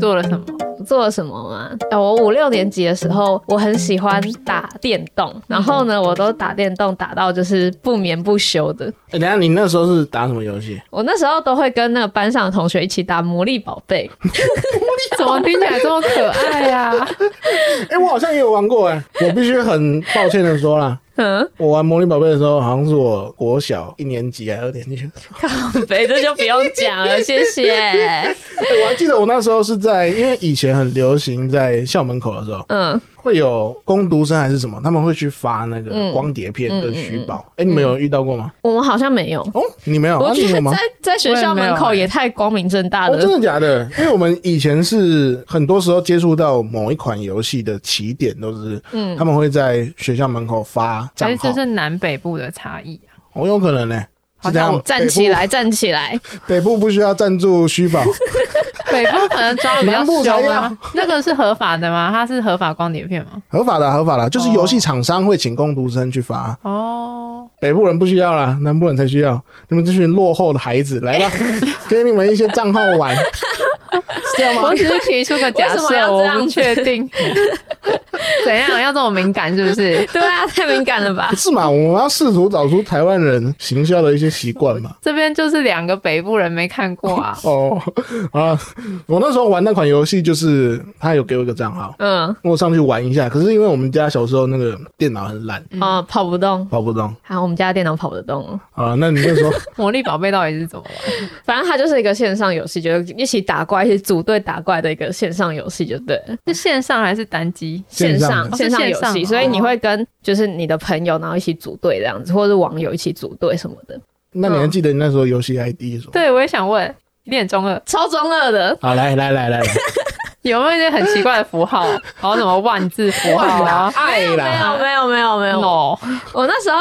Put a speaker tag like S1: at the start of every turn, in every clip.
S1: 做了什么？
S2: 我做了什么吗？呃我五六年级的时候，我很喜欢打电动，然后
S1: 嗯
S2: 呢，我都打电动打到就是不眠不休的。
S3: 哎、等一下你那时候是打什么游戏？
S2: 我那时候都会跟那个班上的同学一起打《魔力宝贝》，
S1: 怎么听起来这么可爱呀、啊？
S3: 哎、我好像也有玩过哎、我必须很抱歉的说啦，
S2: 嗯，
S3: 我玩魔力宝贝的时候，好像是我国小一年级还是二年级 哎的时候，
S2: 对，哎这就不用讲了，谢 谢。
S3: 哎我还记得我那时候是在，因为以前很流行在校门口的时候，
S2: 嗯，
S3: 会有工读生还是什么，他们会去发那个光碟片跟虚宝。哎、你们有遇到过吗？
S2: 我们好像没有。
S3: 哦，你没有？啊、
S2: 嗯我
S3: 你
S2: 觉
S3: 有
S2: 得
S3: 吗
S2: 在？在学校门口也太光明正大
S3: 哦，真
S2: 了。
S3: 的假的？因为我们以前是很多时候接触到某一款游戏的起点都是，嗯，他们会在学校门口发
S1: 所
S3: 账
S1: 以这
S3: 号，
S1: 是南北部的差异啊。
S3: 我、有可能呢、是
S1: 好
S3: 这
S1: 像
S3: 样哎
S1: 我，
S2: 站起来，站起来！
S3: 北部不需要赞助虚宝，
S1: 北部可能抓得比较
S3: 南部才
S1: 凶
S3: 要
S1: 啊。那个是合法的吗？它是合法光碟片吗？
S3: 合法的合法的，就是游戏厂商会请工读生去发，
S1: 哦，
S3: 北部人不需要啦，南部人才需要。你们这群落后的孩子，来吧，给你们一些账号玩。
S1: 我只是提出个假
S2: 为什么要
S1: 设，
S2: 这
S1: 我
S2: 样
S1: 不确 定。怎样要这么敏感是不是？
S2: 对啊，太敏感 了吧
S3: 不？是嘛？我们要试图找出台湾人行销的一些习惯 嘛。
S1: 这边就是两个北部人没看过 啊。
S3: 哦，啊，我那时候玩那款游戏，就是他有给我一个账号，
S2: 嗯，
S3: 我上去玩一下。可是因为我们家小时候那个电脑很烂，
S2: 哦，跑不动。
S3: 跑不动
S2: 好，我们家电脑跑得动。
S3: 啊。那你那时候，
S1: 魔力宝贝到底是怎么玩？
S2: 反正它就是一个线上游戏，就是一起打怪、一起组队打怪的一个线上游戏，就对了。
S1: 是线上还是单机？
S3: 线上
S2: 上
S1: 的
S2: 线上游
S1: 哦
S2: 戏，
S1: 是线上
S2: 所以你
S1: 哦
S2: 会跟就是你的朋友，然后一起组队这样子，或者是网友一起组队什么的，
S3: 那你还记得你那时候游戏 ID 是什么？
S1: 对，我也想问，恋中二
S2: 超中二的。
S3: 好，来来 来来，来
S1: 有没有一些很奇怪的符号？然后什么万字符号啊
S3: 爱
S2: 没
S3: 啦，
S2: 有没有没有没有，
S1: ？no，
S2: 我那时候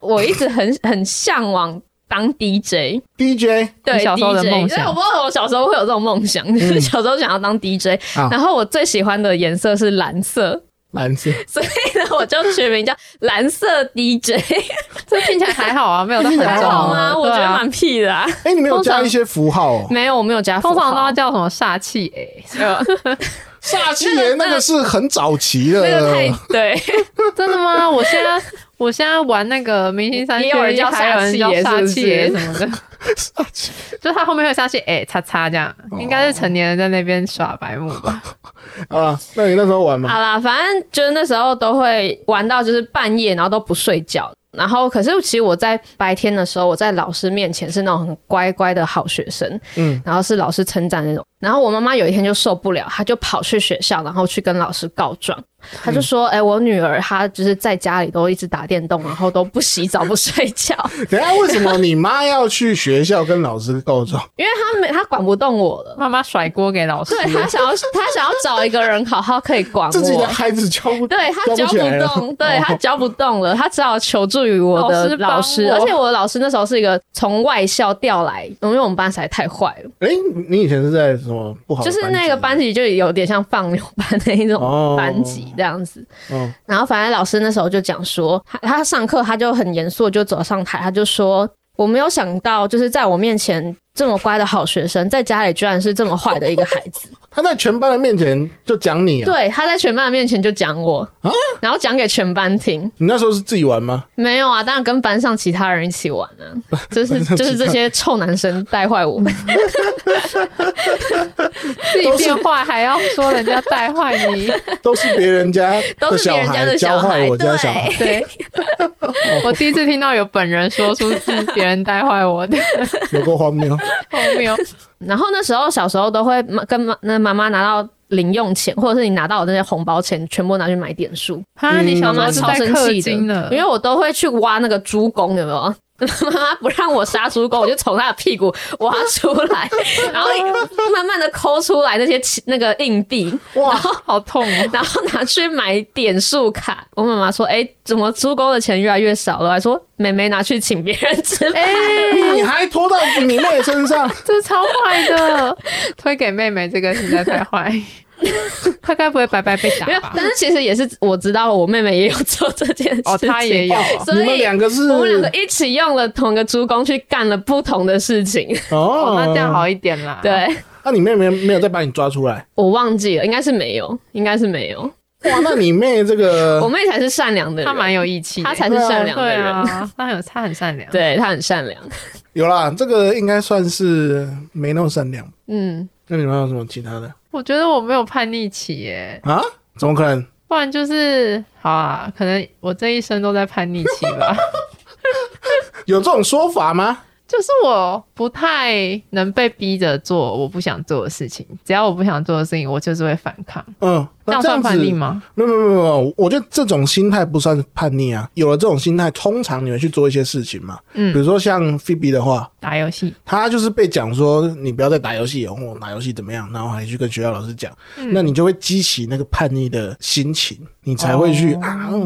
S2: 我一直很很向往当 DJ。
S3: DJ
S2: 对，
S1: 你小时候的
S2: DJ
S1: 梦想
S2: 对我不知道我小时候会有这种梦想，就是小时候想要当 DJ，、
S3: 啊
S2: 然后我最喜欢的颜色是蓝色，
S3: 蓝色，
S2: 所以呢，我就取名叫蓝色 DJ，
S1: 这听起来还好啊，没有到很
S3: 还
S1: 中
S2: 好
S3: 好
S1: 二
S2: 吗？我觉
S1: 对
S2: 得
S1: 啊
S2: 蛮屁的、啊，
S3: 哎、你们有
S1: 通常
S3: 加一些符号哦、
S2: 没有，我没有加符号，
S1: 通常都要叫什么煞气 哎、
S2: 嗯
S3: 煞气爷那个是很早期的，
S2: 那个太 对，
S1: 真的吗？我现在我现在玩那个明星三
S2: 也
S1: 缺
S2: 有人
S1: 一，
S2: 叫
S1: 还有人叫
S2: 煞
S1: 煞
S2: 气
S1: 气
S2: 耶
S1: 耶什么的，
S3: 煞气。
S1: 就他后面会有煞气哎、叉叉这样，
S2: 哦
S1: 应该是成年人在那边耍白目 吧？
S3: 好了，啊那你那时候玩吗？
S2: 好啦，反正就是那时候都会玩到就是半夜，然后都不睡觉。然后，可是其实我在白天的时候，我在老师面前是那种很乖乖的好学生，
S3: 嗯，
S2: 然后是老师称赞那种。然后我妈妈有一天就受不了，她就跑去学校，然后去跟老师告状。她就
S3: 嗯
S2: 说：“哎、我女儿她就是在家里都一直打电动，然后都不洗澡、不睡觉，
S3: 等一下为什么你妈要去学校跟老师告状？
S2: 因为她没她管不动我了。”
S1: 妈妈甩锅给老师
S2: 对，她想要，她想要找一个人好好可以管我。
S3: 自己的孩子教不
S2: 对他教
S3: 教
S2: 不
S3: 起来了
S2: 动，对他
S3: 哦
S2: 教不动了，他只好求助于我的老
S1: 老
S2: 师，
S1: 师帮
S2: 而
S1: 我
S2: 且我的老师那时候是一个从外校调来，因为我们班实在太坏了，
S3: 哎、你以前是在什么不好的
S2: 就
S3: 班级？
S2: 是那个班级就有点像放牛班那一种
S3: 哦
S2: 班级这样子。
S3: 嗯，
S2: 然后反正老师那时候就讲说，他他上课他就很严肃，就走上台，他就说。我没有想到，就是在我面前这么乖的好学生，在家里居然是这么坏的一个孩子。
S3: 他在全班的面前就讲你啊、
S2: 对，他在全班的面前就讲我
S3: 啊，
S2: 然后讲给全班听。
S3: 你那时候是自己玩吗？
S2: 没有啊，当然跟班上其他人一起玩啊，就是就是这些臭男生带坏我们。
S1: 自己变坏还要说人家带坏 你，
S2: 哦
S3: 都是别人家
S2: 都
S3: 的
S2: 是别人家的
S3: 孩
S2: 小
S3: 教
S2: 孩
S3: 坏我家
S2: 对
S3: 小孩，
S1: 对。我第一次听到有本人说出是别人带坏我的，
S3: 有够荒谬。
S1: 荒谬。
S2: 然后那时候小时候都会妈跟妈那妈妈拿到零用钱，或者是你拿到我那些红包钱，全部拿去买点数。
S1: 哈，你小
S2: 妈
S1: 时候
S2: 妈
S1: 是
S2: 超
S1: 在
S2: 生
S1: 氪
S2: 气的，
S1: 金的，
S2: 因为我都会去挖那个猪公，有没有？ 妈妈不让我杀猪公，我就从他的屁股挖出来，然后慢慢的抠出来那些钱那个硬币，
S3: 哇，
S1: 好痛哦。
S2: 然后拿去买点数卡。我妈妈说：“哎、怎么猪公的钱越来越少了？”还说：“妹妹拿去请别人吃 饭。
S3: 你还拖到你妹身上，
S1: 这超坏的，推给妹妹这个实在太 坏，她该不会白白被打
S2: 没有
S1: 吧，？
S2: 但是其实也是我知道，我妹妹也有做这件事情。
S1: 哦，她也有，
S2: 所以
S3: 你们两个是
S2: 我们两个一起用了同一个猪公去干了不同的事情。
S3: 哦
S1: 哦，那这样好一点啦。
S2: 对，
S3: 那你妹妹没有再把你抓出来？
S2: 我忘记了，应该是没有，应该是没有。
S3: 哇，那你妹这
S2: 我
S3: 个
S2: 妹才是善良的人，
S1: 他蛮有义气的，
S2: 她才是善良的
S1: 对
S2: 人，
S1: 啊，他很他很善良，
S2: 对她很善良。
S3: 有啦，这个应该算是没那么善良。
S2: 嗯，
S3: 那你们还有什么其他的
S1: 我觉得我没有叛逆期耶，
S3: 啊？怎么可能？
S1: 不然就是好啊，可能我这一生都在叛逆期 吧，
S3: 有这种说法吗？
S1: 就是我不太能被逼着做我不想做的事情，只要我不想做的事情，我就是会反抗，
S3: 嗯，那
S1: 这样
S3: 这样
S1: 算
S3: 子
S1: 叛逆吗？
S3: 没有没有没有没有，我觉得这种心态不算叛逆啊。有了这种心态，通常你会去做一些事情嘛。
S1: 嗯
S3: 比如说像菲比的话，
S1: 打游戏，
S3: 他就是被讲说你不要再打游戏，然后打游戏怎么样，然后还去跟学校老师讲，那你就会激起那个叛逆的心情，你才会去、啊，我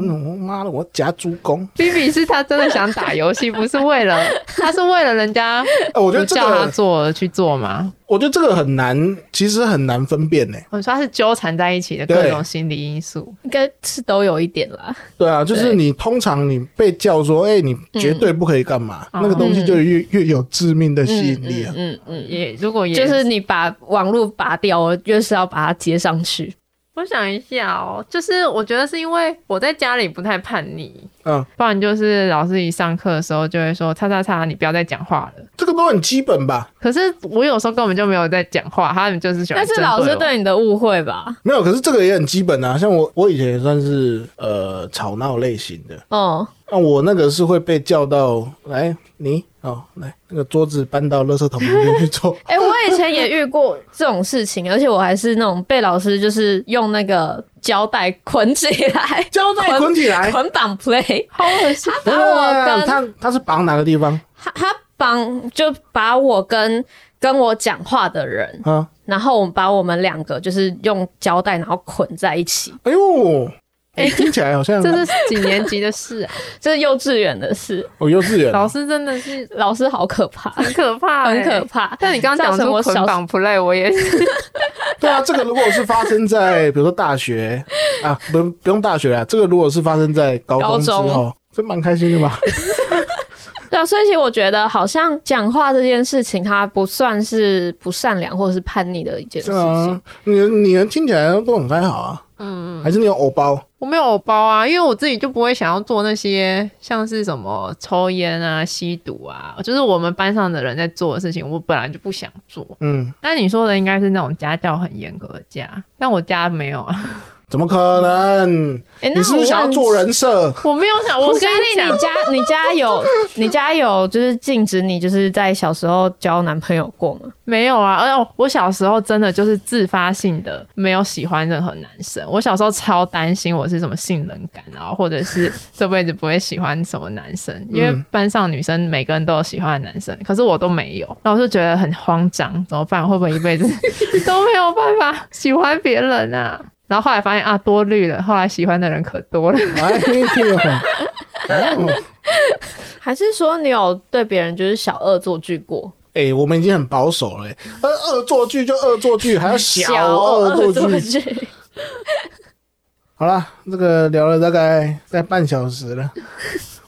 S3: 妈的，我夹猪公。
S1: B B 是他真的想打游戏，不是为 了他是为了人家
S3: 哎、我觉
S1: 不
S3: 得这
S1: 叫他
S3: 个，
S1: 做而去做吗？
S3: 我觉得这个很难，其实很难分辨呢、
S1: 我说他是纠缠在一起的各种心理因素，
S2: 应该是都有一点啦。
S3: 对啊，就是你通常你被叫说，哎、你绝对不可以干嘛，
S1: 嗯
S3: 那个东西就越越有致命的吸引力啊。
S2: 嗯嗯，
S1: 也如果也
S2: 就是你把网络拔掉，我越是要把它接上去。
S1: 我想一下哦，就是我觉得是因为我在家里不太叛逆，
S3: 嗯，
S1: 不然就是老师一上课的时候就会说“叉叉叉”，你不要再讲话了。
S3: 这个都很基本吧？
S1: 可是我有时候根本就没有在讲话，他们就是喜欢
S2: 但
S1: 针
S2: 是
S1: 我。
S2: 老师对你的误会吧？
S3: 没有，可是这个也很基本啊。像我，我以前也算是呃吵闹类型的，
S2: 哦，
S3: 那、我那个是会被叫到来，你哦，来那个桌子搬到垃圾桶里面去 坐。
S2: 哎、我以前也遇过这种事情，而且我还是那种被老师就是用那个胶带捆起来，
S3: 胶带捆起来，啊
S2: 捆绑 play。
S1: 好恶心，
S2: 把我跟
S3: 他他是绑哪个地方
S2: 他他绑就把我跟跟我讲话的人，
S3: 啊？
S2: 然后我们把我们两个就是用胶带然后捆在一起，
S3: 哎呦，哎，听起来好像
S1: 这是几年级的事啊！
S2: 这是幼稚园的事。
S3: 我哦幼稚园
S1: 老师真的是
S2: 老师好可怕，
S1: 很可怕、欸
S2: 很可。怕。
S1: 哎但你刚刚
S2: 造
S1: 讲
S2: 成
S1: 出
S2: 我
S1: 捆
S2: 小
S1: 绑 play，我也是
S3: 对啊，这个如果是发生在比如说大学啊，不用不用大学啊，这个如果是发生在高中之
S2: 高
S3: 后，这蛮开心的 吧？
S2: 对啊，所以其实我觉得好像讲话这件事情，它不算是不善良或者是叛逆的一件事
S3: 是
S2: 情。
S3: 啊，你你们听起来都很还好啊。嗯，还是你有偶包？
S1: 我没有偶包啊，因为我自己就不会想要做那些像是什么抽烟啊、吸毒啊，就是我们班上的人在做的事情，我本来就不想做。
S3: 嗯，
S1: 那你说的应该是那种家教很严格的家，但我家没有啊，
S3: 怎么可能？
S2: 哎、那
S3: 你是不是
S2: 我
S3: 想要
S2: 问
S3: 做人设？
S1: 我没有想，我
S2: 我
S1: 跟
S2: 跟
S1: 你
S2: 你，
S1: 讲
S2: 你，家你家 有你家有就是禁止你就是在小时候交男朋友过吗？
S1: 没有啊。而且我小时候真的就是自发性的没有喜欢任何男生，我小时候超担心我是什么性冷感啊，或者是这辈子不会喜欢什么男生，因为班上女生每个人都有喜欢的男生，可是我都没有，然后我就觉得很慌张，怎么办？会不会一辈子 都没有办法喜欢别人啊？然后后来发现啊，多虑了，后来喜欢的人可多了。
S3: 哎呦，哎
S2: 还是说你有对别人就是小恶作剧过？
S3: 哎，我们已经很保守了、欸，呃，恶作剧就恶作剧，还要小恶作剧。
S2: 剧，
S3: 好啦，这个聊了大概在半小时了，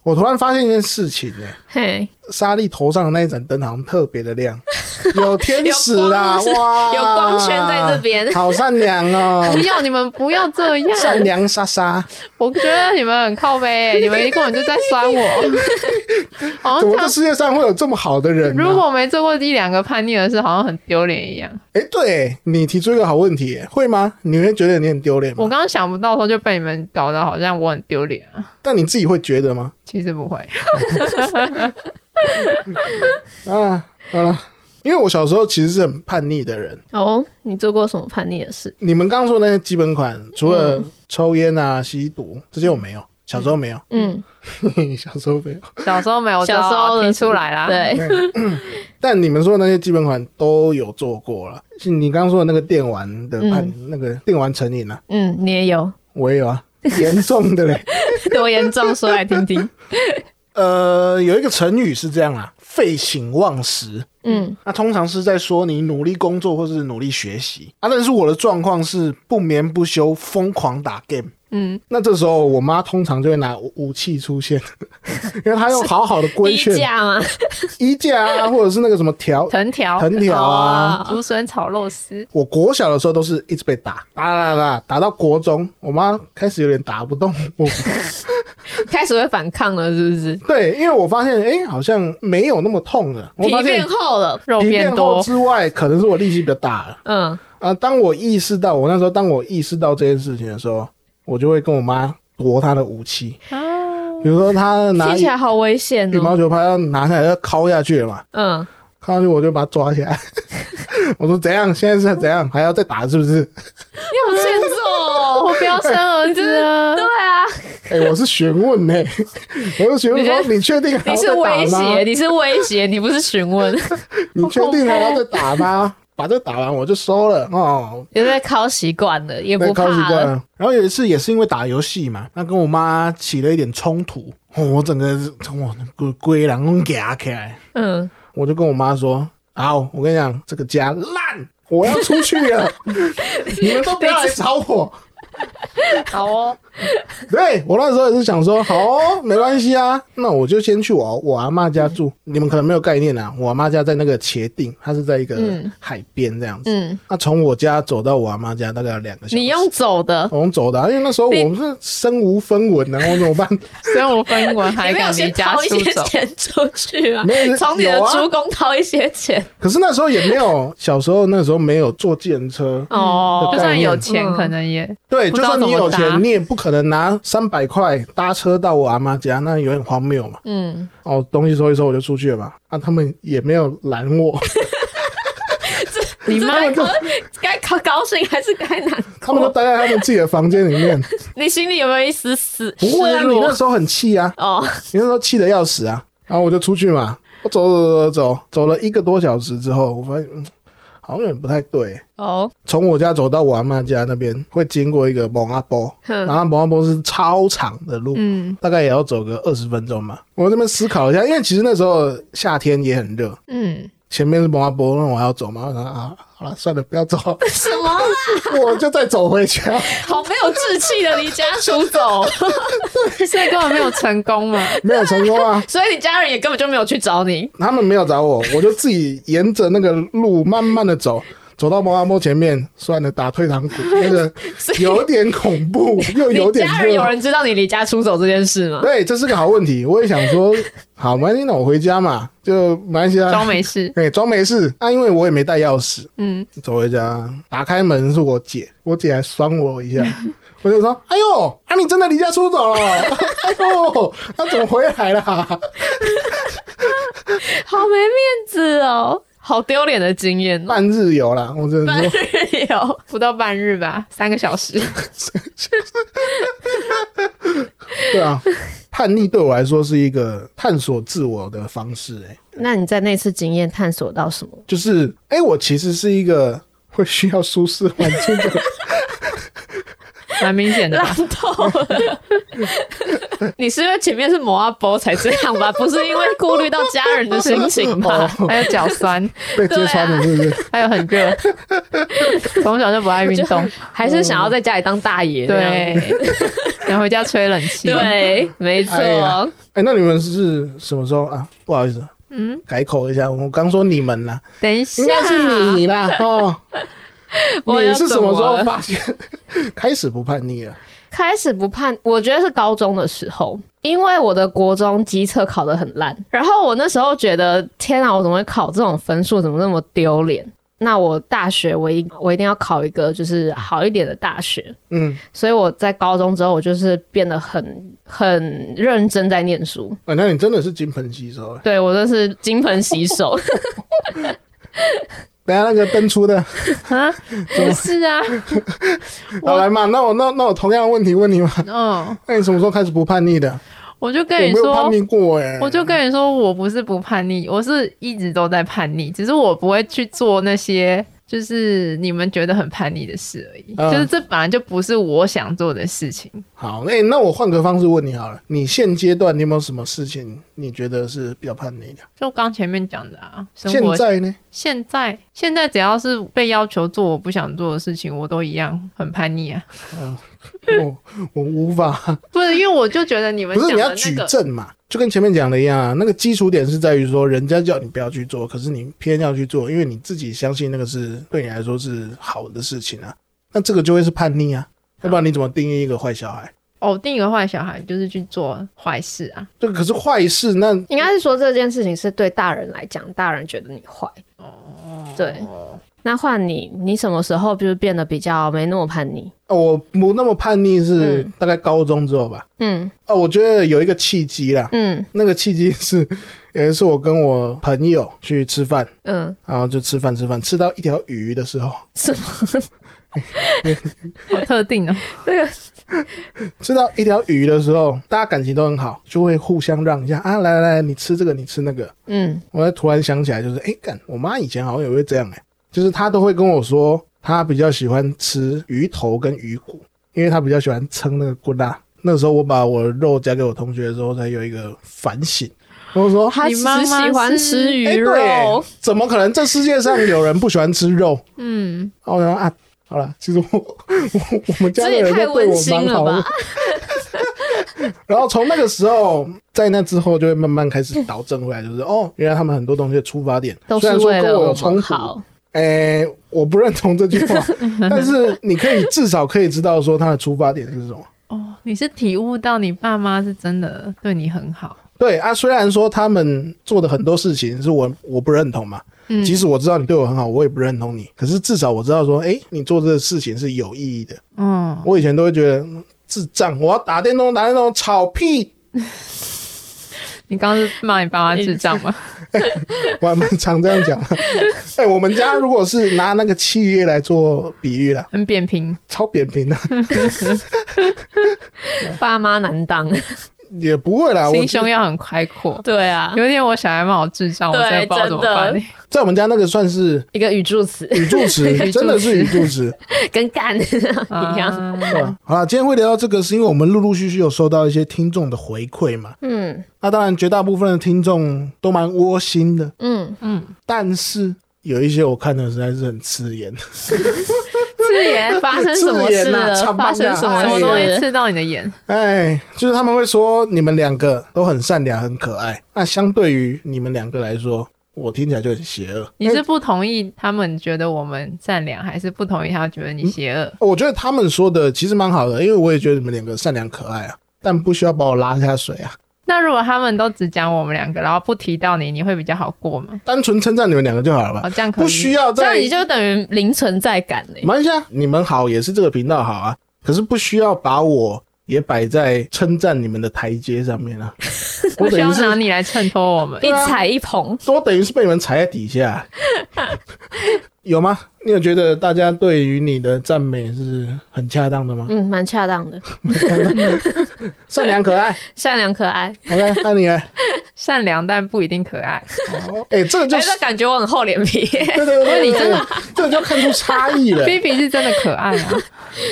S3: 我突然发现一件事情呢、
S2: 嘿，
S3: 莎莉头上的那一盏灯好像特别的亮， 有天使啦，
S2: 有光是不是
S3: 哇，
S2: 有光圈在这边
S3: 好善良哦、
S1: 不要，你们不要这样！
S3: 善良莎莎，
S1: 我觉得你们很靠背、你们根本就在酸我。好
S2: 哦
S3: 怎么这
S1: 像
S3: 世界上会有这么好的人、呢？
S1: 如果没做过一两个叛逆的事，好像很丢脸一样。
S3: 哎、对你提出一个好问题、欸，会吗？你会觉得你很丢脸
S1: 我
S3: 吗？
S1: 刚刚想不到的时候，就被你们搞得好像我很丢脸啊。
S3: 但你自己会觉得吗？
S1: 其实不会，
S3: 啊，好了，因为我小时候其实是很叛逆的人。
S2: 哦，你做过什么叛逆的事？
S3: 你们刚刚说的那些基本款，除了抽烟啊、吸毒这些，我没有，小时候没有，
S2: 嗯，
S3: 小时候没有。
S1: 小时候没 有，
S2: 小时候
S1: 提
S2: 的
S1: 出来啦。，
S2: 嗯对，
S3: 但你们说的那些基本款都有做过了。是你刚刚说的那个电玩的叛，那个电玩成瘾啊，
S2: 嗯，你也有
S3: 我也有 啊，严重的嘞。
S2: 多严重？说来听听。
S3: 呃，有一个成语是这样啊，废寝忘食。
S2: 嗯，
S3: 那通常是在说你努力工作或是努力学习啊，但是我的状况是不眠不休，疯狂打 game。
S1: 嗯，
S3: 那这时候我妈通常就会拿武武器出现，因为她用好好的 规
S2: 衣
S3: 劝
S2: 架吗？
S3: 衣架啊，或者是那个什么条
S1: 藤条、
S3: 藤条啊。
S1: 竹笋炒肉丝，
S3: 我国小的时候都是一直被打，打打打打，打到国中，我妈开始有点打不动我。
S2: 开始会反抗了，是不是？
S3: 对，因为我发现，哎、好像没有那么痛了。我
S2: 皮
S3: 发现
S2: 变厚了，
S1: 肉
S3: 皮
S1: 变
S3: 变厚
S1: 多，
S3: 之外，可能是我力气比较大了。
S2: 嗯，
S3: 啊，当我意识到我那时候，当我意识到这件事情的时候，我就会跟我妈夺她的武器，
S1: 啊
S3: 比如说她拿
S2: 听起
S3: 羽
S2: 来好危险哦。
S3: 毛球拍要拿下来要敲下去了嘛，
S2: 嗯，
S3: 敲下去我就把她抓起来， 我说怎样？现在是怎样？还要再打是不是？
S2: 你好 欠揍哦。
S1: 我标生儿子啊
S2: 对啊，
S3: 哎、我是询 问呢、我是询问说你确定还
S2: 你
S3: 要
S2: 是
S3: 再打
S2: 威胁，
S3: 吗？
S2: 你是威胁，你不是询问。
S3: 你确定还要再打吗？把这打完我就收了哦，
S2: 你在靠习惯了，也
S3: 被
S2: 不怕
S3: 高级惯
S2: 了。
S3: 了。然后有一次也是因为打游戏嘛，那跟我妈起了一点冲突，哦、我整个是哇龟龟然后夹起来，
S2: 嗯，
S3: 我就跟我妈说：“好，我跟你讲，这个家烂，我要出去 了，你们都不要来找我。
S1: 好哦，
S3: 对”我那时候也是想说：“好、哦，没关系啊，那我就先去我我阿妈家住。你们可能没有概念啊，我阿妈家在那个茄定，它是在一个
S1: 嗯
S3: 海边这样子。
S2: 嗯
S3: 那从我家走到我阿妈家大概要两个小时。
S2: 你用走的，
S3: 我们走的啊、因为那时候我们是身无分文啊，我怎么 办？
S1: 身无分文还敢离 家出
S2: 你没有先掏
S1: 走
S2: 一，些钱出去啊
S3: 没有？
S2: 从你的
S3: 有啊
S2: 猪公掏一些钱
S3: 可是那时候也没有，小时候那时候没有坐计程车，
S2: 哦
S1: 就算有钱
S2: 嗯
S1: 可能也
S3: 对，
S1: 不
S3: 就
S1: 知道
S3: 算你有
S1: 怎么搭
S3: 钱，你也不可能拿三百块搭车到我阿妈家，那有点荒谬嘛。
S2: 嗯，
S3: 哦，东西收一收我就出去了嘛。啊，他们也没有拦我，
S1: 你妈
S2: 这个该高高兴还是该难？
S3: 他们都待在他们自己的房间里 面。
S2: 你心里有没有一丝丝
S3: 不会啊，
S2: 失
S3: 你那
S2: 落？
S3: 时候很气啊，
S2: 哦，
S3: 你那时候气得要死啊。然后我就出去嘛，我走走走走走，走了一个多小时之后，我发现、嗯、好像有点不太对。
S2: 哦，
S3: 从我家走到我阿妈家那边，会经过一个蒙阿波，
S2: 哼
S3: 然后蒙阿波是超长的路，
S1: 嗯
S3: 大概也要走个二十分钟吧。我这边思考一下，因为其实那时候夏天也很热，
S1: 嗯，
S3: 前面是蒙阿波，那我还要走吗？我想啊，好了，算了，不要 走，
S2: 什么啊？
S3: 我就再走回啊家。
S2: 好没有志气的离家出走，
S1: 所以根本没有成功嘛，
S3: 没有成功啊，
S2: 所以你家人也根本就没有去找你。
S3: 他们没有找我，我就自己沿着那个路慢慢的走。走到蒙阿波前面，算了，打退堂鼓，那个有点恐怖，又 有
S2: 你
S3: 点
S2: 家
S3: 热。
S2: 人有人知道你离家出走这件事 吗？
S3: 对，这是个好问 题。我也想说，好，没关系，那我回家嘛，就没关系
S1: 装
S3: 啊。
S1: 没事，
S3: 哎，装没事。啊，因为我也没带钥匙，
S1: 嗯，
S3: 走回家，打开门是我姐，我姐还酸我 一下，我就说：“哎呦，啊，你真的离家出走了？ 哎呦，那、怎么回来了？”
S2: 好没面子哦，好丢脸的经 验哦。
S3: 半日游啦，我只能说，
S2: 日游，
S1: 不到半日吧，三个 小时，
S3: 对啊，叛逆对我来说是一个探索自我的方式、哎，
S2: 那你在那次经验探索到什么？
S3: 就是，哎、我其实是一个会需要舒适环境 的人。
S1: 蛮明显的 吧
S2: 烂？透了！ 你是因为前面是摩阿波才这样 吧？不是因为顾虑到家人的心情吧？
S1: 哦还有脚酸，
S3: 被揭穿
S1: 啊
S3: 了，是不是？
S1: 还有很热，从小就不爱运动，
S2: 还是想要在家里当大爷那样？
S1: 对，然后回家吹冷气，
S2: 对，没错。
S3: 哎呀哎、那你们是什么时候啊？不好意思，
S1: 嗯，啊
S3: 改口一下，我刚说你们啦，
S1: 等一下
S3: 应，该是你啦哦。
S2: 我要
S3: 你是什么时
S2: 怎
S3: 候
S2: 了
S3: 发现 开始不叛逆了？
S2: 开始不叛，我觉得是高中的时候，因为我的国中机测考得很烂，然后我那时候觉得天啊，我怎么会考这种分数，怎么那么丢脸？那我大学我一我一定要考一个就是好一点的大学，
S3: 嗯，
S2: 所以我在高中之后我就是变得很很认真在念书，
S3: 啊，那你真的是金盆洗手啊了。
S2: 对我真是金盆洗手，
S3: 等一下那个登出的，
S1: 啊，不 是啊，
S3: 好来嘛，那我那那我同样的问题问你嘛，
S1: 嗯，
S3: 那你什么时候开始不叛逆的？
S1: 我就
S3: 我
S1: 跟
S3: 没
S1: 你
S3: 有
S1: 说
S3: 叛，逆过哎、
S1: 我就跟你说，我不是不叛逆，我是一直都在叛逆，只是我不会去做那些就是你们觉得很叛逆的事而已。
S3: 嗯
S1: 就是这本来就不是我想做的事情。
S3: 好，哎那、那我换个方式问你好了，你现阶段你有没有什么事情你觉得是比较叛逆的？
S1: 就刚前面讲的啊，生
S3: 现
S1: 活
S3: 在呢？
S1: 现在现在只要是被要求做我不想做的事情，我都一样很叛逆啊。
S3: 我哦我无法，
S1: 不是因为我就觉得你们
S3: 不是
S1: 讲
S3: 你
S1: 的
S3: 要举
S1: 那个，
S3: 证嘛？就跟前面讲的一样啊，那个基础点是在于说，人家叫你不要去做，可是你偏要去做，因为你自己相信那个是对你来说是好的事情啊。那这个就会是叛逆啊，要不然你怎么定义一个坏小孩？
S1: 哦，定一个坏小孩就是去做坏事啊。
S3: 这个可是坏事，那
S2: 应该是说这件事情是对大人来讲，大人觉得你坏。
S1: 哦，
S2: 对，那换你，你什么时候就是变得比较没那么叛逆？
S3: 哦我不那么叛逆是
S2: 嗯
S3: 大概高中之后吧。
S2: 嗯
S3: 哦，我觉得有一个契机啦，
S2: 嗯
S3: 那个契机是有一次我跟我朋友去吃饭，
S2: 嗯，
S3: 然后就吃饭吃饭，吃到一条鱼的时候，
S2: 什么？
S1: 好特 定哦。
S2: 这个
S3: 吃到一条鱼的时候，大家感情都很好，就会互相让一下啊，来来来，你吃这个，你吃那个。
S2: 嗯
S3: 我才突然想起来，就是哎，干、我妈以前好像也会这样哎、就是她都会跟我说，她比较喜欢吃鱼头跟鱼骨，因为她比较喜欢撑那个骨辣。那时候我把我的肉夹给我同学的时候，才有一个反省。我说
S2: 他
S1: 你
S2: 只
S1: 妈妈
S2: 喜欢
S1: 是
S2: 吃鱼
S3: 哎
S2: 肉，
S3: 对怎么可能？这世界上有人不喜欢吃肉？
S1: 嗯，
S3: 然后我想说啊，好了，其实我我我们
S2: 这
S3: 家的
S2: 也
S3: 人
S2: 太
S3: 都对
S2: 温
S3: 我
S2: 馨
S3: 蛮
S2: 了
S3: 好的
S2: 吧。？
S3: 然后从那个时候，在那之后就会慢慢开始导正回来， 就是哦，原来他们很多东西的出发点
S2: 都
S3: 虽
S2: 是
S3: 然说
S2: 为
S3: 跟
S2: 了
S3: 我有
S2: 我
S3: 冲
S2: 们
S3: 突，
S2: 好。
S3: 哎、我不认同这 句话，但是你可以至少可以知道说他的出发点是什么。
S1: 哦，你是体悟到你爸妈是真的对你很好。
S3: 对啊，虽然说他们做的很多事情是我我不认同嘛，
S1: 嗯，
S3: 即使我知道你对我很好，我也不认同你。可是至少我知道说，哎、你做这个事情是有意义的。
S1: 嗯，
S3: 我以前都会觉得嗯智障，我要打电动打电动，吵屁！
S1: 你刚刚是骂你爸妈智障吗？
S3: 我还蛮常这样讲。哎、我们家如果是拿那个企业来做比喻啦，
S1: 很扁平，
S3: 超扁平啊的
S2: 爸妈难当，
S3: 也不会啦。啊我
S1: 心胸要很开阔。
S2: 对啊，
S1: 有一天我小孩骂我智障，我
S2: 对
S1: 真的不知道怎么办
S2: 真的。
S3: 在我们家那个算是
S2: 一个语助词
S3: 语助词，真的是语助词。
S2: 跟干一样。
S1: 啊
S3: 对吧好啦，今天会聊到这个，是因为我们陆陆续续有收到一些听众的回馈嘛。
S2: 嗯
S3: 那当然，绝大部分的听众都蛮窝心的，
S2: 嗯，
S1: 嗯，
S3: 但是有一些我看的实在是很刺眼。
S2: 自言发生什么事
S3: 自言啊
S2: 了？
S3: 长
S2: 发
S3: 棒
S2: 生
S3: 啊
S2: 什
S1: 什么东
S2: 么
S1: 西
S2: 事？
S1: 刺到你的眼？
S3: 哎，就是他们会说你们两个都很善良、很可爱。那相对于你们两个来说，我听起来就很邪恶。
S1: 你是不同意他们觉得我们善良，还是不同意他觉得你邪恶？
S3: 我觉得他们说的其实蛮好的，因为我也觉得你们两个善良可爱啊，但不需要把我拉下水啊。
S1: 那如果他们都只讲我们两个，然后不提到你，你会比较好过吗？
S3: 单纯称赞你们两个就好了吧，
S1: 哦，这样可
S3: 啊
S1: 以。
S3: 不需要
S2: 这样
S3: 再
S2: 你就等于零存在感嘞
S3: 没。关系啊，你们好也是这个频道好啊，可是不需要把我也摆在称赞你们的台阶上面啊。
S1: 不
S3: 我
S1: 需
S3: 等
S1: 要
S3: 于
S1: 拿
S3: 是
S1: 你来衬托我们。
S3: 啊
S2: 一踩一捧，
S3: 我等于是被你们踩在底下、有吗？你有觉得大家对于你的赞美是很恰当的吗？
S2: 嗯，蛮恰当的，
S3: 善良可爱
S2: 善良可爱。
S3: ，OK，那你呢？
S1: 善良但不一定可爱，
S3: 哦哎、这个就
S2: 哎，
S3: 是
S2: 这感觉我很厚脸 皮。
S3: 对对对，你真的这个就看出差异 了。
S1: 菲比是真的可爱 啊！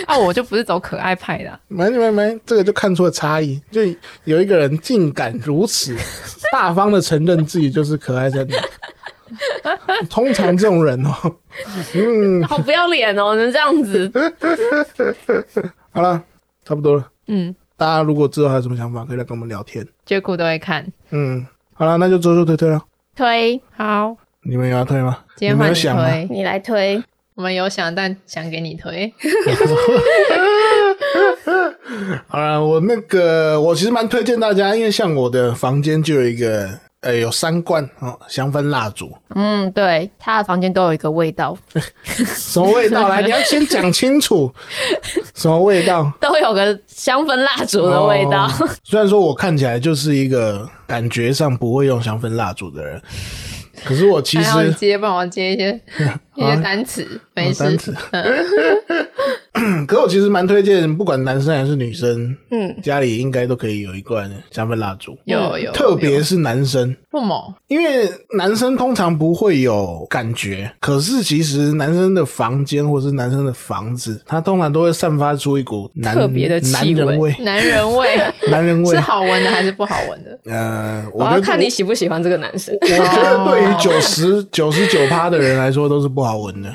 S1: 啊，我就不是走可爱派的啊、
S3: 没没没，这个就看出了差异。就有一个人竟敢如此大方的承认自己就是可爱真的，通常这种人哦，嗯，
S2: 好不要脸哦！能这样子，
S3: 好了，差不多了。
S1: 嗯，
S3: 大家如果之后还有什么想法，可以来跟我们聊天。
S1: 绝苦都会看。
S3: 嗯，好了，那就周周推推了。
S2: 推
S1: 好，
S3: 你们有要推吗？
S1: 今天
S3: 你们
S1: 换
S3: 有
S1: 你
S3: 想吗？
S1: 推，
S2: 你来推，
S1: 我们有想，但想给你推。
S3: 好了，我那个我其实蛮推荐大家，因为像我的房间就有一个，呃，有三罐哦香氛蜡烛，
S2: 嗯，对，他的房间都有一个味道，
S3: 什么味道？来，你要先讲清楚，什么味道？
S2: 都有个香氛蜡烛的味道。
S3: 哦虽然说我看起来就是一个感觉上不会用香氛蜡烛的人，可是我其
S1: 还好你
S3: 实啊
S1: 接帮我接一些一些单词，没
S3: 哦单
S1: 事。
S3: 词。 可我其实蛮推荐，不管男生还是女生，
S2: 嗯，
S3: 家里应该都可以有一罐香氛蜡烛，
S1: 有有，
S3: 特别
S1: 有
S3: 是男生，
S1: 不猛，
S3: 因为男生通常不会有感觉，可是其实男生的房间或是男生的房子，它通常都会散发出一股男
S2: 特别的
S3: 男
S2: 气味
S3: 人味，
S1: 男人味
S3: 男人 味
S1: 是。好闻的还是不好闻的？
S3: 呃，
S2: 我
S3: 我觉
S2: 要
S3: 得
S2: 看你喜不喜欢这个男生。
S3: 我觉得 对于
S1: 哦
S3: 九十九十九趴的人来说都是不好闻的，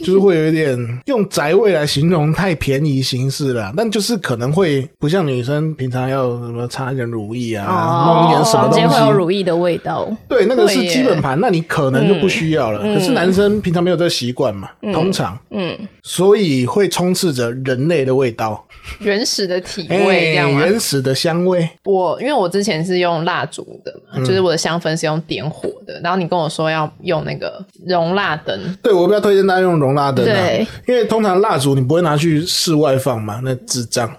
S3: 就是会有一点用宅味来形容太便宜形式了，但就是可能会不像女生平常要什么擦一点乳液
S2: 哦
S3: 啊，弄一点什么
S2: 房间哦会有
S3: 东西，
S2: 乳液的味道。
S3: 对，那个是
S1: 对耶
S3: 基本盘，那你可能就不需要了。
S2: 嗯
S3: 可是男生平常没有这个习惯嘛，通常，
S2: 嗯，
S3: 所以会充斥着人类的味道，
S1: 原始的体
S3: 哎，
S1: 味这样吗？
S3: 原始的香味，
S1: 我因为我之前是用蜡烛的嘛，
S3: 嗯
S1: 就是我的香氛是用点火的，然后你跟我说要用那个容蜡灯，
S3: 对，我比较推荐大家用容蜡灯、啊，
S2: 对，
S3: 因为通常蜡烛你不会拿去室外放嘛，那智 障，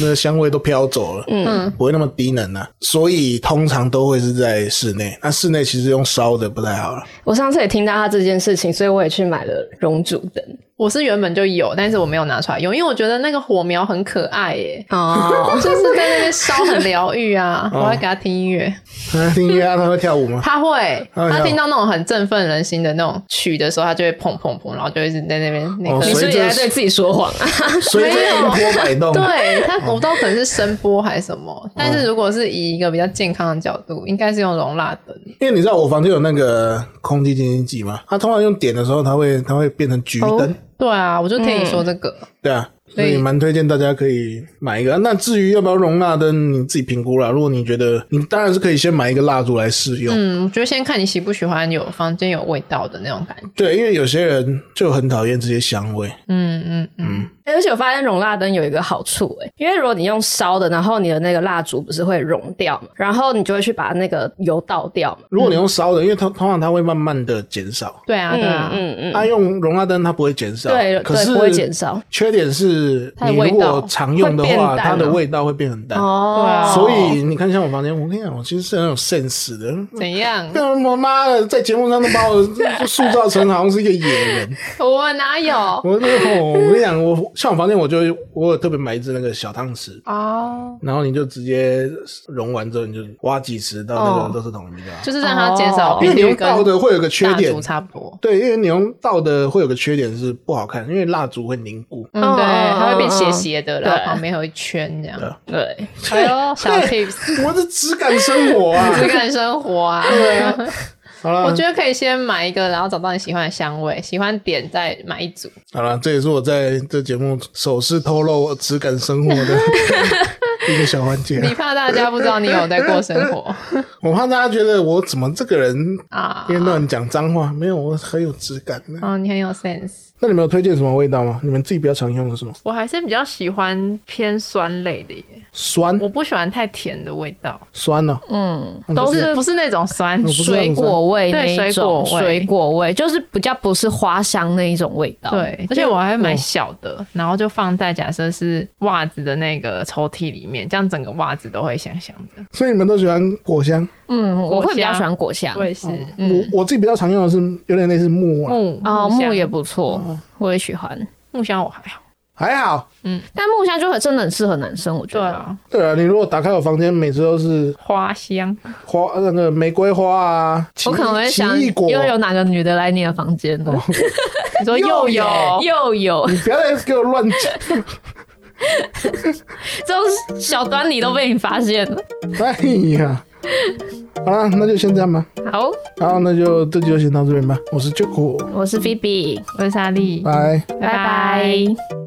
S3: 那香味都飘走了，嗯，不会那么低能啊，所以通常都会是在室内。那室内其实用烧的不太好了，
S2: 我上次也听到他这件事情，所以我也去买了熔烛灯。
S1: 我是原本就有，但是我没有拿出来用，因为我觉得那个火苗很可爱耶，
S2: 哦，
S1: 就是在那边烧很疗愈 啊，
S3: 哦
S1: 我会给他听音乐，
S3: 那听音乐啊他会跳舞吗？
S1: 他会，
S3: 哎呦
S1: 他听到那种很振奋人心的那种曲的时候，他就会砰砰砰，然后就一直在那边那
S3: 哦
S1: 个。
S2: 你是不是也在对自己说谎 啊？
S3: 随着音波摆动，
S1: 对
S3: 哦
S1: 他，我不知道可能是声波还是什么，但是如果是以一个比较健康的角度，应该是用容蜡灯。
S3: 因为你知道我房间有那个空气净化器嘛，它通常用点的时候，它会它会变成橘灯，
S2: 哦哎
S1: 对啊，我就听你说这个，
S3: 对啊。所
S1: 所以
S3: 以蛮推荐大家可以买一个。那至于要不要容纳灯，你自己评估啦。如果你觉得你当然是可以先买一个蜡烛来试用，
S1: 嗯，我觉得先看你喜不喜欢有房间有味道的那种感觉。
S3: 对，因为有些人就很讨厌这些香味，
S1: 嗯嗯嗯，
S2: 而且我发现熔蜡灯有一个好处诶、因为如果你用烧的，然后你的那个蜡烛不是会融掉嘛，然后你就会去把那个油倒掉嘛。
S3: 如果你用烧的，因为通通常它会慢慢的减少，
S1: 对啊对啊，
S2: 嗯嗯，
S3: 它用容纳灯它不会减少，
S2: 对
S3: 可
S2: 对
S3: 是
S2: 不会减少。
S3: 缺点是
S1: 它的
S3: 你
S1: 味
S3: 如果
S1: 道
S3: 常用的
S2: 会变
S3: 话，
S2: 淡
S3: 它的
S2: 吗
S3: 味道会变很淡。
S2: 哦
S1: 对啊
S3: 所以你看，像我房间，我跟你讲，我其实是很有 sense 的。
S1: 怎样？
S3: 但我妈的，在节目上都把我就塑造成好像是一个野人。
S1: 我 哪有
S3: 我那个哦，我跟你讲，我像我房间，我就我有特别买一只那个小汤匙，
S1: 哦，
S3: 然后你就直接融完之后，你就挖几匙到那
S1: 哦
S3: 个都是统一的啊。
S1: 就是让它减少
S2: 哦
S1: 比
S3: 因为你
S1: 率
S3: 用
S1: 跟
S3: 倒的会有个缺
S1: 蜡
S3: 点
S1: 烛，差不多。
S3: 对，因为你用倒的会有个缺点是不好看，因为蜡烛会凝固。
S1: 嗯，
S2: 嗯
S1: 对，
S2: 嗯
S1: 它会变斜斜
S2: 嗯
S1: 的，然后
S2: 对
S1: 旁边还有一圈这样。
S2: 对，啊
S1: 哎呦， 小 tips，
S3: 我是质感生活 啊！
S1: 质感生活啊！
S3: 好了，
S1: 我觉得可以先买一个，然后找到你喜欢的香味，喜欢点再买一组。
S3: 好了，这也是我在这节目首次透露质感生活 的一个小环节啊。
S1: 你怕大家不知道你有在过生 活
S3: 我怕大家觉得我怎么这个人
S1: 啊
S3: 一？天到晚讲脏话，没有，我很有质感的。
S1: 嗯，你很有 sense。
S3: 那你们有推荐什么味道吗？你们自己比较常用的是什么？
S1: 我还是比较喜欢偏酸类的耶，
S3: 酸
S1: 我不喜欢太甜的味道，
S3: 酸呢、
S2: 嗯，
S3: 嗯
S2: 都是
S1: 不是那种酸
S3: 我不知道
S2: 水果味那一种，
S1: 对水果味
S2: 水果味就是比较不是花香那一种味道。
S1: 对，而且我还会买小的，然后就放在假设是袜子的那个抽屉里面，这样整个袜子都会香香的。
S3: 所以你们都喜欢果香。
S2: 嗯，我会比较喜欢果香。
S1: 也是，
S3: 我我自己比较常用的是有点类似木啊，
S1: 木
S2: 哦，木
S1: 木
S2: 也
S1: 也
S2: 不错，我也喜欢。
S1: 木香我还好，
S3: 还好。
S2: 但木香就很真的很适合男生，我觉
S1: 对
S2: 得。
S1: 啊，
S3: 对啊，你如果打开我房间，每次都是
S1: 花 香，
S3: 花那个玫瑰花啊，奇
S2: 我可能会想，
S3: 奇异果。
S2: 又有哪个女的来你的房间了？
S1: 你说
S3: 又有
S1: 又有
S2: 又有
S3: 你不要再给我乱讲，
S2: 这种小端倪都被你发现了。
S3: 哎呀！好啦，那就先这样吧。
S2: 好，
S3: 然后那就这集就先到这边吧。我是 j o k
S1: 啊
S2: 我是菲比，
S1: 我是莎莉，
S3: 拜。
S2: 拜
S1: 拜
S2: 拜。